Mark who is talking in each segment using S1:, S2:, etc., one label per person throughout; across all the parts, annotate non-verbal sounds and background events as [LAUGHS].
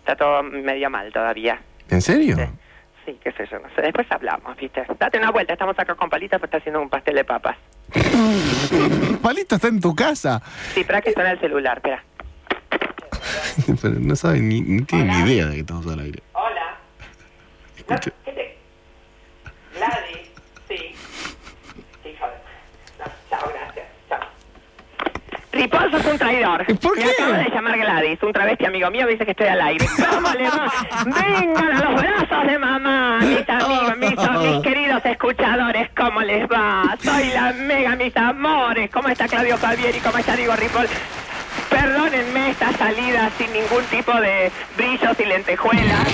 S1: está todo medio mal todavía.
S2: ¿En serio? [CLEARS THROAT]
S1: Sí. Sí, qué sé yo, no sé. Después hablamos, ¿viste? Date una vuelta, estamos acá con Palita, pues está haciendo un pastel de papas.
S2: Palita está en tu casa. [LAUGHS]
S1: Sí, para que está en el celular, espera.
S2: Pero no sabe ni, no tiene ni idea de que estamos al aire.
S1: Hola.
S2: Escucha.
S1: ¿Qué te...? Gladys, sí. Sí, joder. No, chao, gracias. Chao. Riposo es un traidor.
S2: ¿Y por
S1: Me
S2: qué?
S1: acaba de llamar Gladys, un travesti amigo mío, me dice que estoy al
S2: [LAUGHS]
S1: aire. ¿Cómo le va? Vengan a los brazos de mamá, mis amigos,
S2: [LAUGHS]
S1: mis, mis queridos escuchadores, ¿cómo les va? Soy la mega, mis amores. ¿Cómo está Claudio Fabieri? ¿Cómo está Diego Ripoll? Perdónenme esta salida sin ningún tipo de brillos y lentejuelas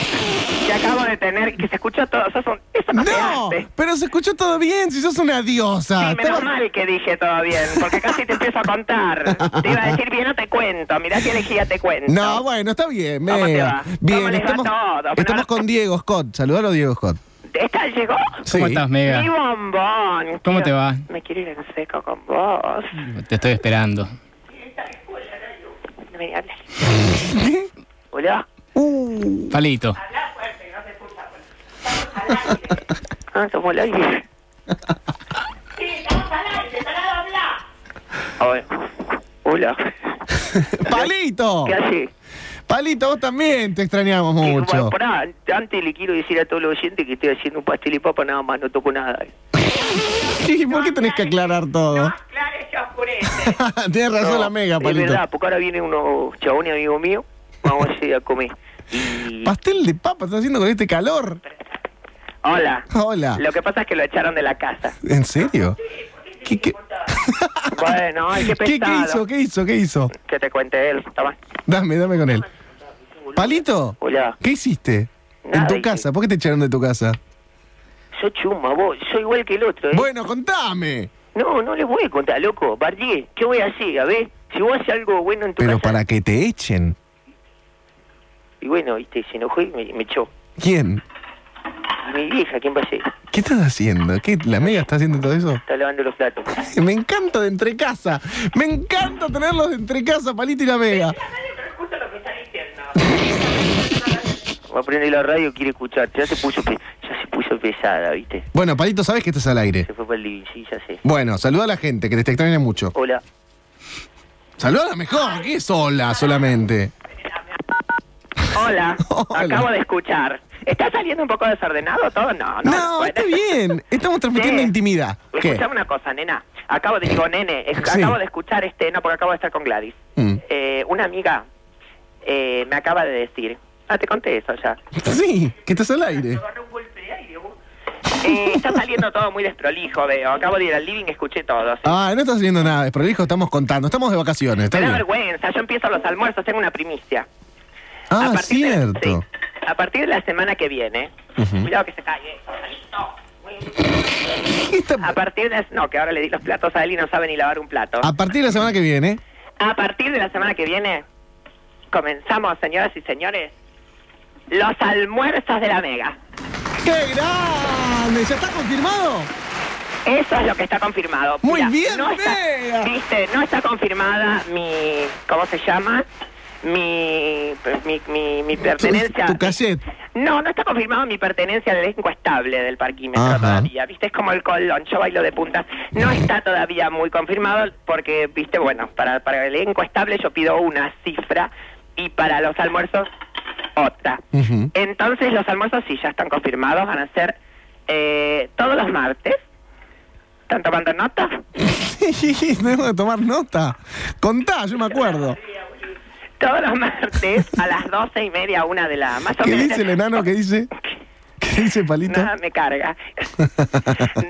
S1: que acabo de tener, que se escuchó todo. Sos un... Eso no, se
S2: No,
S1: hace.
S2: pero se escuchó todo bien, si sos una diosa.
S3: Ah,
S1: Sí, menos
S2: Estaba-
S1: mal que dije todo bien, porque casi te empiezo a contar. Te iba a decir, bien, no te cuento. Mirá que elegía, te cuento.
S2: No, bueno, está bien,
S1: ¿Cómo te
S2: mega.
S1: va?
S2: Bien,
S1: ¿Cómo les va
S2: estamos,
S1: todo? Pero
S2: estamos
S1: ahora-
S2: con Diego Scott. Saludalo a Diego Scott.
S1: ¿Esta llegó?
S2: Sí.
S3: ¿Cómo
S2: [LAUGHS]
S3: estás, Mega?
S1: Mi bombón. Quiero-
S3: ¿Cómo te va?
S1: Me quiero ir en seco con vos.
S3: Te estoy esperando.
S1: Vení, habla. Julio.
S2: Uh.
S1: [LAUGHS]
S3: Palito.
S1: Ah, como lo oye. Oye, Julio.
S3: Oh.
S2: ¡Palito!
S1: ¿Qué haces?
S2: Palito, vos también te extrañamos
S1: Sí,
S2: mucho.
S1: Bueno, pará, antes le quiero decir a todos los oyentes que estoy haciendo un pastel y papa nada más, no toco nada.
S2: ¿Y por qué tenés que aclarar [LAUGHS] todo?
S1: Claro, ya
S2: [LAUGHS]
S1: oscurece.
S2: Tienes razón
S1: No,
S2: la mega,
S1: Es
S2: Palito.
S1: verdad, porque ahora viene unos chabones amigos míos, vamos a ir a comer. Y...
S2: Pastel de papa, estás haciendo con este calor.
S1: Hola.
S2: Hola.
S1: Lo que pasa es que lo echaron de la casa.
S2: ¿En serio? ¿Qué, qué...
S1: Bueno, ay, qué
S2: [LAUGHS] ¿Qué, qué
S1: pesado.
S2: hizo? ¿Qué hizo? ¿Qué hizo?
S1: Que te cuente él, toma.
S2: Dame, dame con él. Palito,
S1: Hola.
S2: ¿qué hiciste?
S1: Nada
S2: en tu
S1: hice.
S2: casa, ¿por qué te echaron de tu casa?
S1: Yo chuma, vos, soy igual que el otro, ¿eh?
S2: Bueno, contame.
S1: No, no les voy a contar, loco. Bardier, ¿qué voy a hacer? A ver, si vos haces algo bueno en tu
S2: Pero
S1: casa-
S2: para que te echen.
S1: Y bueno, viste, se enojó y me, me echó.
S2: ¿Quién?
S1: Y mi vieja, ¿quién va a ser?
S2: ¿Qué estás haciendo? ¿Qué, ¿La mega está haciendo todo eso? [LAUGHS]
S1: Está lavando los platos.
S2: Me encanta de entre casa. Me encanta tenerlos de entre casa, Palito y la mega.
S1: Va a prender la radio, quiere escuchar. Ya se puso, pe- ya se puso pesada, ¿viste?
S2: Bueno, Palito, sabes que estás al aire.
S1: Se fue para el living, sí, ya sé.
S2: Bueno, saluda a la gente, que te- te extraña mucho.
S1: Hola.
S2: Saluda a la mejor, ¿qué es hola solamente?
S1: [LAUGHS] Hola.
S2: Hola.
S1: Acabo de escuchar. ¿Está saliendo un poco desordenado todo? No, no.
S2: No, está bien. Estamos transmitiendo
S1: Sí.
S2: intimidad. ¿Qué?
S1: Escuchame una cosa, nena. Acabo de, digo, nene, es-
S2: Sí.
S1: acabo de escuchar este, no, porque acabo de estar con Gladys.
S2: Mm.
S1: Eh, una amiga eh, me acaba de decir, ah, te conté eso [LAUGHS] ya.
S2: Sí, que estás al aire.
S1: Eh, está saliendo todo muy desprolijo, veo. Acabo de ir al living, escuché todo. sí.
S2: Ah, no estás haciendo nada, es prolijo, estamos contando. Estamos de vacaciones, está
S1: Me da
S2: bien.
S1: vergüenza, yo empiezo los almuerzos, tengo una primicia.
S2: Ah,
S1: partir de-
S2: cierto.
S1: sí. a partir de la semana que viene,
S2: Ujú.
S1: cuidado que se cae. eh, Alito.
S2: ¿Qué está-
S1: A partir de no, que ahora le di los platos a él y no sabe ni lavar un plato.
S2: A partir de la semana que viene,
S1: A partir de la semana que viene comenzamos, señoras y señores, los almuerzos de la Mega.
S2: ¡Qué grande! ¿Ya está confirmado?
S1: Eso es lo que está confirmado.
S2: Muy
S1: Mirá,
S2: bien,
S1: no está,
S2: Mega.
S1: Viste, no está confirmada mi ¿cómo se llama? Mi mi mi, mi pertenencia.
S2: Tu, tu cassette.
S1: No, no está confirmado mi pertenencia al elenco estable del parquímetro
S2: Ajá.
S1: todavía. Viste, es como el colón, yo bailo de puntas. No está todavía muy confirmado porque, viste, bueno, para, para el elenco estable yo pido una cifra y para los almuerzos otra.
S2: Ujú.
S1: Entonces los almuerzos sí, ya están confirmados, van a ser eh, todos los martes. ¿Están tomando nota? [LAUGHS]
S2: Sí, [LAUGHS] tenemos que tomar nota. Contá, yo me acuerdo.
S1: Todos los martes a las doce y media, una de la... Más o
S2: ¿Qué
S1: menos.
S2: dice el enano? ¿Qué dice? ¿Qué dice Palito?
S1: Nada me carga. [LAUGHS]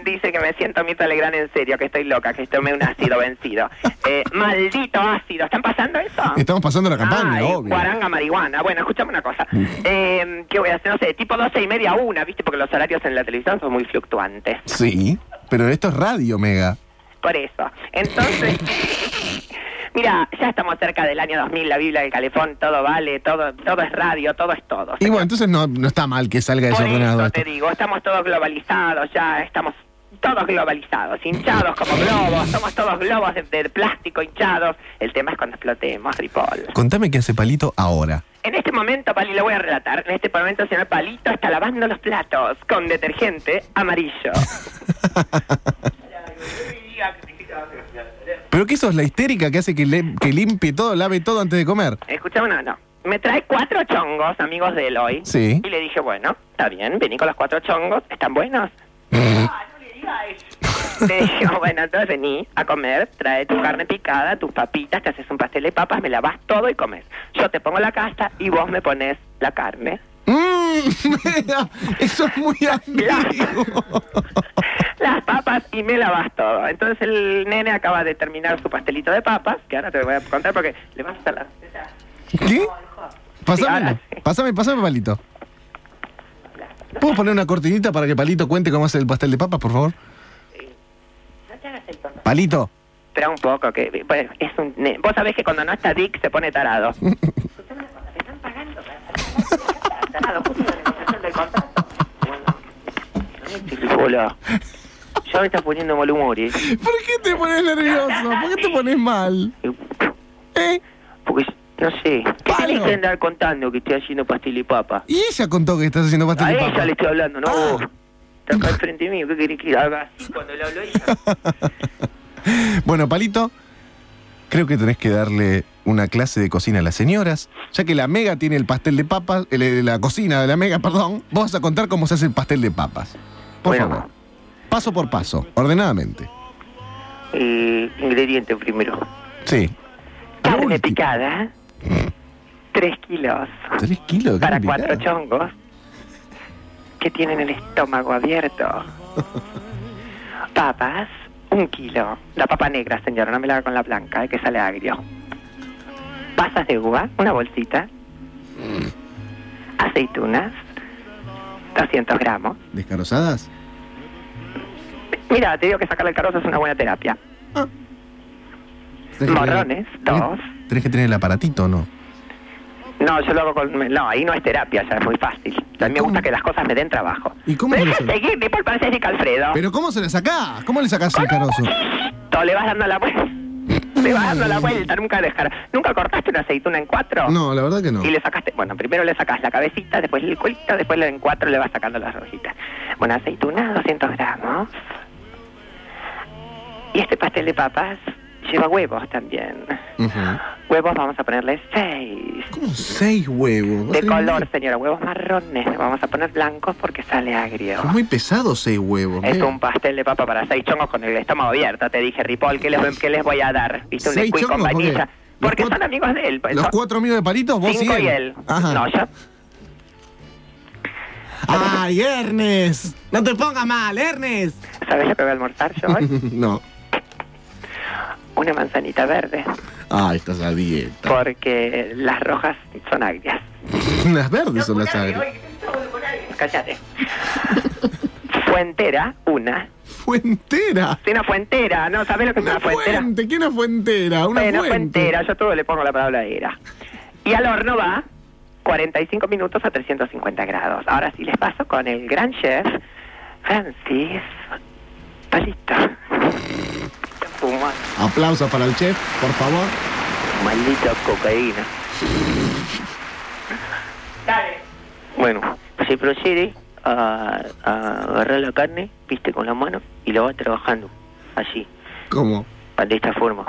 S1: Dice que me siento Mirta Legrand en serio, que estoy loca, que tomé un ácido vencido. Eh, maldito ácido. ¿Están pasando eso?
S2: Estamos pasando la campaña,
S1: Ay,
S2: obvio. Mm.
S1: Guaranga marihuana. Bueno, escuchame una cosa. Eh, ¿Qué voy a hacer? No sé, tipo doce y media a una, ¿viste? Porque los horarios en la televisión son muy fluctuantes.
S2: Sí, pero esto es radio, Mega.
S1: Por eso. Entonces, [LAUGHS] mira, ya estamos cerca del año 2000, la Biblia del Calefón, todo vale, todo todo es radio, todo es todo.
S2: Y bueno, entonces no, no está mal que salga
S1: Por
S2: desordenado
S1: eso
S2: esto.
S1: te digo, estamos todos globalizados, ya estamos todos globalizados, hinchados como globos, somos todos globos de, de plástico hinchados. El tema es cuando explotemos, Ripoll.
S2: Contame qué hace Palito ahora.
S1: En este momento, Pali, lo voy a relatar, en este momento el señor Palito está lavando los platos con detergente amarillo.
S2: Pero que sos la histérica que hace que, le- que limpie todo, lave todo antes de comer.
S1: Escuchame, no, no. Me trae cuatro chongos, amigos de Eloy.
S2: Sí.
S1: Y le dije, bueno, está bien, vení con los cuatro chongos, están buenos.
S4: Ah,
S1: [LAUGHS] Le dije,
S2: [LAUGHS]
S1: bueno, entonces vení a comer, trae tu carne picada, tus papitas, te haces un pastel de papas, me lavas todo y comes. Yo te pongo la casta y vos me pones la carne. [LAUGHS]
S2: Mm, eso es muy ambiguo.
S1: Las papas y me lavas todo. Entonces el nene acaba de terminar su pastelito de papas, que ahora te voy a contar porque le vas a la...
S2: ¿Qué? Pásamelo.
S1: ahora sí.
S2: Pásame, pásame, Palito. ¿Puedo poner una cortinita para que Palito cuente cómo hace el pastel de papas, por favor?
S1: [LAUGHS]
S2: Palito.
S1: Espera un poco, que bueno, es un... ne- Vos sabés que cuando no está Dick se pone tarado. Hola. Ya me estás poniendo mal humor, ¿eh?
S2: ¿Por qué te pones nervioso? ¿Por qué te pones mal? ¿Eh?
S1: Porque, no sé, ¿qué
S2: Palo.
S1: tenés que andar contando que estoy haciendo pastel y papa?
S2: Y ella contó que estás haciendo
S1: A
S2: pastel de
S1: ella le
S2: papas.
S1: estoy hablando, no a
S2: Ah.
S1: vos. Está acá al frente mío, ¿qué querés que haga así cuando le hablo a ella?
S2: Bueno, Palito, creo que tenés que darle una clase de cocina a las señoras, ya que la Mega tiene el pastel de papas, el- el- la cocina de la Mega, perdón. Vos vas a contar cómo se hace el pastel de papas. Por
S1: Bueno.
S2: favor. Paso por paso, ordenadamente.
S1: Eh, ingrediente primero.
S2: Sí.
S1: Carne
S2: último.
S1: picada, 3 kilos
S2: ¿Tres kilos de
S1: para
S2: carne
S1: cuatro
S2: picada?
S1: chongos que tienen el estómago
S2: [LAUGHS]
S1: abierto. Papas, un kilo. La papa negra, señora, no me la haga con la blanca, eh, que sale agrio. Pasas de uva, una bolsita. Aceitunas, 200 gramos.
S2: ¿Descarozadas?
S1: Mira, te digo que sacarle el carozo es una buena terapia.
S2: Tenés que tener-
S1: Morrones,
S2: tenés-
S1: dos.
S2: Tenés que tener el aparatito, ¿o ¿no?
S1: No, yo lo hago con... No, ahí no es terapia, ya es muy fácil. A mí me
S2: ¿Cómo?
S1: gusta que las cosas me den trabajo.
S2: ¿Y cómo
S1: Me
S2: lo
S1: dejas
S2: haces?
S1: seguir, mi culpa es Dick Alfredo.
S2: Pero ¿cómo se le sacás? ¿Cómo le sacás el carozo?
S1: Todo le vas dando la vuelta. Le vas dando la vuelta, nunca dejar. ¿Nunca cortaste una aceituna en cuatro?
S2: No, la verdad que no.
S1: Y le sacaste, bueno, primero le sacas la cabecita, después el culito, después en cuatro le vas sacando las rojitas. Bueno, aceituna, 200 gramos. Y este pastel de papas lleva huevos también.
S2: Ujú.
S1: Huevos vamos a ponerle seis.
S2: ¿Cómo seis huevos?
S1: De color, señora, huevos marrones. Le Vamos a poner blancos porque sale agrio.
S2: Es muy pesado seis huevos.
S1: Es
S2: Mega.
S1: un pastel de papa para seis chongos con el estómago abierto. Te dije, Ripoll, ¿qué les, qué les voy a dar? ¿Viste un
S2: ¿Seis
S1: Nesquik con
S2: chongos? ¿Por qué?
S1: vainilla?
S2: Los
S1: Porque
S2: cuatro-
S1: son amigos de él. pues,
S2: ¿Los
S1: son
S2: cuatro amigos de palitos? ¿Vos
S1: cinco
S2: y él?
S1: y él.
S2: Ajá.
S1: No, yo.
S5: ¡Ay, Ernest! ¡No te pongas mal, Ernest!
S1: ¿Sabes lo que voy a almorzar yo hoy?
S2: [LAUGHS] no.
S1: Una manzanita verde.
S2: Ah, estás a dieta.
S1: Porque las rojas son agrias.
S2: [LAUGHS] las verdes son las agres. [LAUGHS]
S1: Cállate. Fuentera, una.
S2: Fuentera.
S1: Sí, una fuentera, ¿no? ¿Sabes lo que es
S2: Una
S1: una fuentera?
S2: fuente. ¿Qué una fuentera? Una
S1: Bueno,
S2: fuente.
S1: fuentera, yo todo le pongo la palabra era. Y al horno va 45 minutos a 350 grados. Ahora sí les paso con el gran chef Francis Palito. Fuma,
S2: Aplausos para el chef, por favor.
S1: maldita cocaína. Bueno, se procede a, a agarrar la carne, viste, con la mano y la va trabajando. Así,
S2: ¿Cómo?
S1: de esta forma.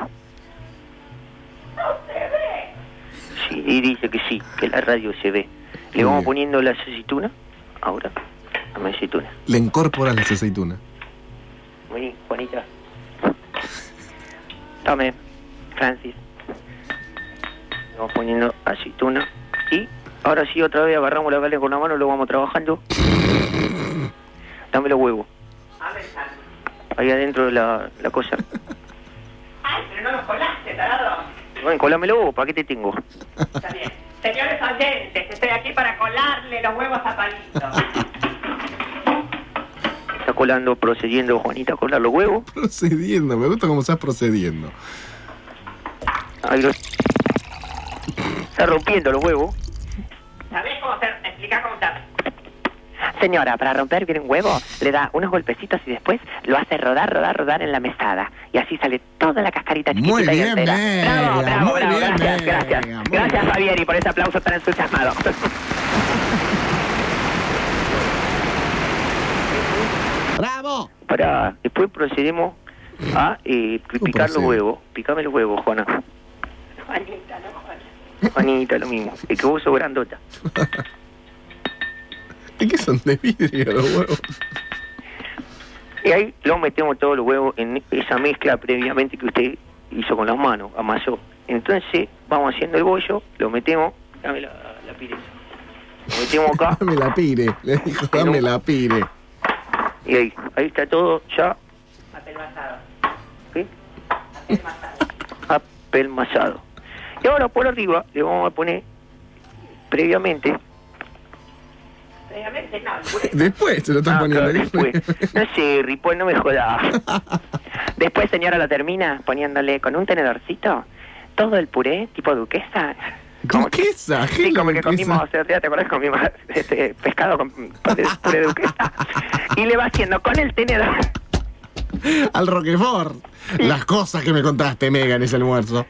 S1: No se ve. Sí, y dice que sí, que la radio se ve. Le vamos
S2: Bien.
S1: poniendo la aceituna, ahora, a mi aceituna.
S2: Le incorporas las aceitunas. [LAUGHS]
S1: Vení, Juanita. Tome, Francis. Le vamos poniendo aceituna. Y ahora sí, otra vez agarramos la carne con la mano, lo vamos trabajando. Dame los huevos. Ahí adentro de la, la cosa.
S4: Ay, pero no los colaste, tarado.
S1: Bueno, colámelo vos, ¿para qué te tengo?
S4: Está bien. Señores oyentes, estoy aquí para colarle los huevos a Palito.
S1: Está colando, procediendo Juanita a colar los huevos.
S2: Procediendo, me gusta cómo estás procediendo.
S1: Ahí lo- Está rompiendo los huevos.
S4: ¿Sabés cómo se...? Explica cómo se hace.
S6: Señora, para romper bien un huevo, le da unos golpecitos y después lo hace rodar, rodar, rodar en la mesada. Y así sale toda la cascarita chiquitita
S2: Muy
S6: y
S2: bien,
S6: entera.
S2: Mega,
S6: bravo, bravo,
S2: muy
S6: bravo.
S2: bien,
S6: gracias,
S2: Mega,
S6: gracias.
S2: muy
S6: gracias,
S2: bien.
S6: Javier, y por ese aplauso tan
S2: [LAUGHS]
S6: entusiasmado.
S7: ¡Bravo!
S1: Para, después procedemos a eh, picar
S2: Uh, procede?
S1: los huevos. Picame los huevos, Juana.
S4: Juanita, no Juana.
S1: Juanita, lo mismo. Es que vos sos grandota.
S2: ¿De qué son de vidrio los huevos?
S1: Y ahí lo metemos todos los huevos en esa mezcla previamente que usted hizo con las manos, amasó. Entonces vamos haciendo el bollo, lo metemos. Dame la, la pireza. Lo metemos acá
S2: Dame la pire, le dijo, dame la pire.
S1: y ahí. Ahí está todo ya
S4: Papel basado.
S1: ¿sí?
S4: Papel basado.
S1: apelmazado. Y ahora por arriba le vamos a poner previamente
S4: Previamente, no. pues,
S2: Después se lo están
S1: Ah,
S2: poniendo.
S1: claro, después. No sé, Ripoll, no me
S2: [LAUGHS]
S1: jodas.
S6: Después, señora, lo termina poniéndole con un tenedorcito todo el puré, tipo duquesa.
S2: ¿Con qué esa?
S6: Sí, como el que
S2: ¿Qué es
S6: comimos,
S2: esa?
S6: o sea, ¿te acuerdas que comimos este, pescado con puré puré duquesa? Y le va haciendo con el tenedor. [LAUGHS]
S2: Al Roquefort. Las cosas que me contaste, Mega, en ese almuerzo.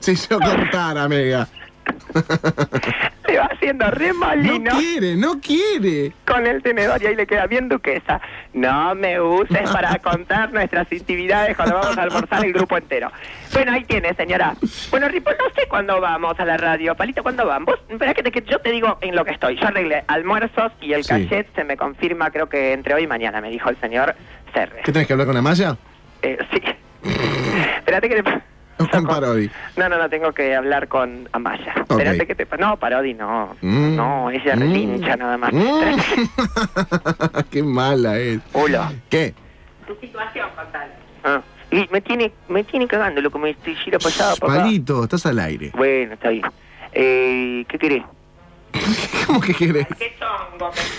S2: Si yo contara, Mega.
S6: Le va haciendo re
S2: No
S6: molino
S2: quiere, no quiere.
S6: con el tenedor y ahí le queda bien duquesa. No me uses para contar nuestras intimidades cuando vamos a almorzar el grupo entero. Bueno, ahí tiene, señora. Bueno, Ripoll, no sé cuándo vamos a la radio. Palito, ¿cuándo van? Vos, verá que, te- que yo te digo en lo que estoy. Yo arreglé almuerzos y el
S2: Sí.
S6: cachet se me confirma, creo que entre hoy y mañana, me dijo el señor Cerre.
S2: ¿Qué tenés que hablar con Amaya?
S6: Eh, sí. Espérate que te... pa-
S2: O con Parodi.
S6: No, no, no, tengo que hablar con Amaya.
S2: Ok.
S6: Espérate que te... pa- No, Parodi no.
S2: Mm.
S6: No, ella
S2: Mm.
S6: relincha nada más. [LAUGHS]
S2: Mm. [LAUGHS] Qué mala es.
S1: Hola.
S2: ¿Qué?
S4: tu situación, contale.
S1: Ah, y me tiene, me tiene cagando lo que me estoy gira pasada para acá.
S2: Palito, estás al aire.
S1: Bueno, está bien. Eh, ¿Qué querés?
S2: ¿Cómo que querés?
S4: Qué chongo que sos.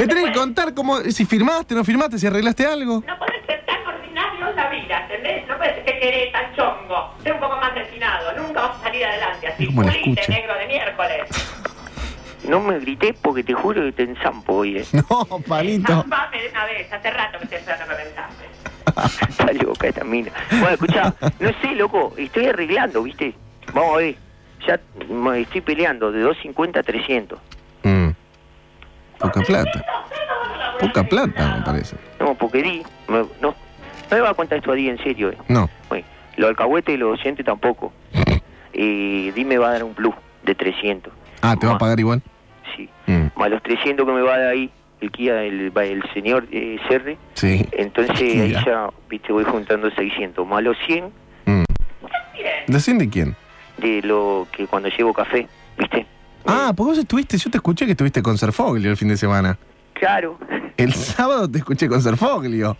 S2: Me
S4: te
S2: tenés que
S4: puedes-
S2: contar cómo, si firmaste, no firmaste, si arreglaste algo.
S4: No puedes ser tan ordinario en la vida, ¿entendés? No puedes ser que querés tan chongo. Sé un poco más refinado. Nunca vas a salir adelante así.
S2: Es como la
S4: Pulite,
S2: escucha.
S4: negro de miércoles.
S1: No me grité porque te juro que te enzampo hoy, eh. [LAUGHS]
S2: No, Palito.
S4: Zampame de una vez. Hace rato que estoy esperando que pensarme.
S1: Sale boca esta mina. Bueno, escuchá, no sé, loco, estoy arreglando, ¿viste? Vamos a ver. Ya me estoy peleando de 250 a 300.
S2: Mm. Poca plata. Poca plata, me parece.
S1: No, porque di. me- no, no le va a contar esto a Di en serio, eh.
S2: No.
S1: Bueno, lo alcahuete y lo docente tampoco. Y Di me va a dar un plus de 300.
S2: Ah, ¿te va a pagar igual?
S1: Sí.
S2: Mm.
S1: Más los 300 que me va a dar ahí el Kia, el, el señor eh, Cerri.
S2: Sí.
S1: Entonces ahí
S2: Mira.
S1: ya, viste, voy juntando 600. Más los 100
S2: ¿Desciende Mm. quién?
S1: de lo que cuando llevo café, viste.
S2: Ah, porque vos estuviste, yo te escuché que estuviste con Serfoglio el fin de semana.
S1: Claro.
S2: El sábado te escuché con Serfoglio.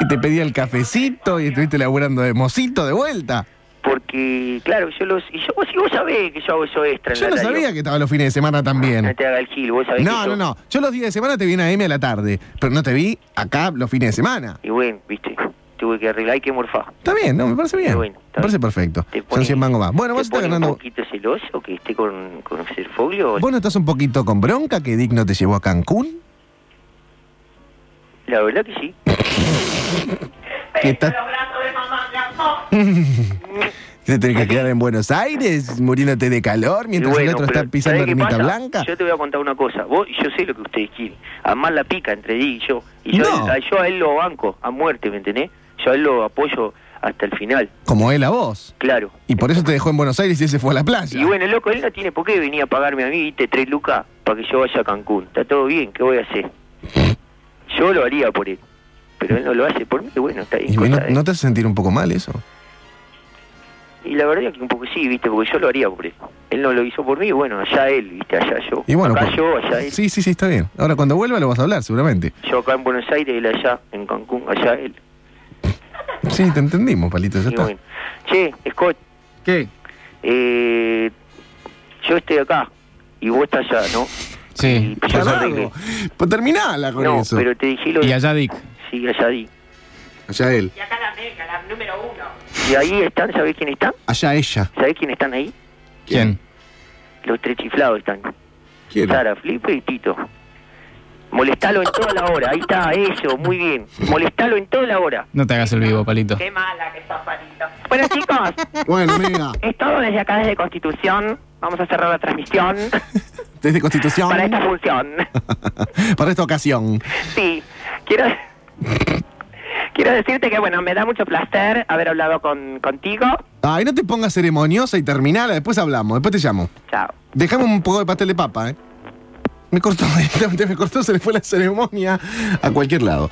S2: Y te pedía el cafecito y estuviste laburando de mocito de vuelta.
S1: Porque, claro, yo los... Y yo, vos, y vos sabés que yo hago eso extra en
S2: Yo
S1: la
S2: no
S1: radio.
S2: sabía que estaba los fines de semana
S1: No
S2: también.
S1: te haga el gil, vos sabés
S2: No,
S1: que yo-
S2: no, no. Yo los días de semana te vi en AM a la tarde, pero no te vi acá los fines de semana.
S1: Y bueno, viste, tuve que arreglar, hay que morfar.
S2: Está bien, no, me parece bien.
S1: Bueno,
S2: Me
S1: está
S2: parece
S1: bien.
S2: perfecto.
S1: Te
S2: Son
S1: pone-
S2: 100 mangos más. Bueno,
S1: ¿Te
S2: vos estás
S1: pone un
S2: ganando.
S1: poquito celoso que esté con, con Serfoglio?
S2: ¿Vos no estás un poquito con bronca que Digno te llevó a Cancún?
S1: La verdad que sí.
S2: Que estás-
S4: Los brazos de mamá, mi amor.
S2: Mm. Te tenés que quedar en
S1: [LAUGHS]
S2: Buenos Aires muriéndote de calor
S1: Y
S2: mientras
S1: bueno,
S2: el otro
S1: pero
S2: está pisando
S1: ¿sabés qué
S2: Ermita
S1: pasa?
S2: Blanca.
S1: Yo te voy a contar una cosa. Vos, yo sé lo que ustedes quieren. Amar la pica entre Di y yo. Y yo,
S2: No.
S1: a, yo a él lo banco a muerte, ¿me entendés? Yo a él lo apoyo hasta el final,
S2: Como él a vos.
S1: claro.
S2: Y por eso te dejó en Buenos Aires y él se fue a la playa.
S1: Y bueno, loco, él no tiene por qué venir a pagarme a mí, viste, tres lucas para que yo vaya a Cancún. Está todo bien, ¿qué voy a hacer? Yo lo haría por él. Pero él no lo hace por mí, bueno, está bien.
S2: Y
S1: cosa
S2: no,
S1: de él.
S2: ¿no te hace sentir un poco mal eso?
S1: Y la verdad que un poco sí, viste, porque yo lo haría por él. Él no lo hizo por mí, bueno, allá él, viste, allá yo.
S2: Y bueno,
S1: acá
S2: cu-
S1: yo, allá él.
S2: Sí, sí, sí, está bien. Ahora cuando vuelva lo vas a hablar, seguramente.
S1: Yo acá en Buenos Aires, él allá, en Cancún, allá él.
S2: Sí, te entendimos, Palito, ya
S1: Y
S2: está.
S1: bueno. Che, Scott,
S7: ¿Qué?
S1: eh, yo estoy acá y vos estás allá, ¿no?
S3: Sí.
S1: Y yo
S2: Pues
S1: no
S2: algo.
S1: arreglé.
S2: Pues terminala con
S1: No,
S2: eso.
S1: pero te dije lo
S3: Y
S1: de...
S3: allá Dick.
S1: Sí, allá di.
S2: Allá él.
S4: Y acá la meca, la número uno.
S1: Y ahí están, ¿sabés quién están?
S2: Allá ella.
S1: ¿Sabés quién están ahí?
S3: ¿Quién?
S1: Los tres chiflados están.
S2: Quiero.
S1: Sara, Felipe y Tito.
S8: Molestalo en toda la hora. Ahí está, eso, muy bien. Molestalo en toda la hora.
S3: No te hagas el vivo, palito.
S4: Qué mala que sos, Palito.
S1: Bueno, chicos,
S2: Bueno, mega.
S1: es todo desde acá, desde Constitución. Vamos a cerrar la transmisión
S2: Desde Constitución.
S1: para esta función.
S2: [LAUGHS] Para esta ocasión.
S1: Sí, quiero, quiero decirte que, bueno, me da mucho placer haber hablado con, contigo.
S2: Ay, no te pongas ceremoniosa y terminala. Después hablamos. Después te llamo.
S1: Chao.
S2: Dejame un poco de pastel [LAUGHS] de papa, ¿eh? Me cortó, directamente me cortó, se le fue la ceremonia a cualquier lado.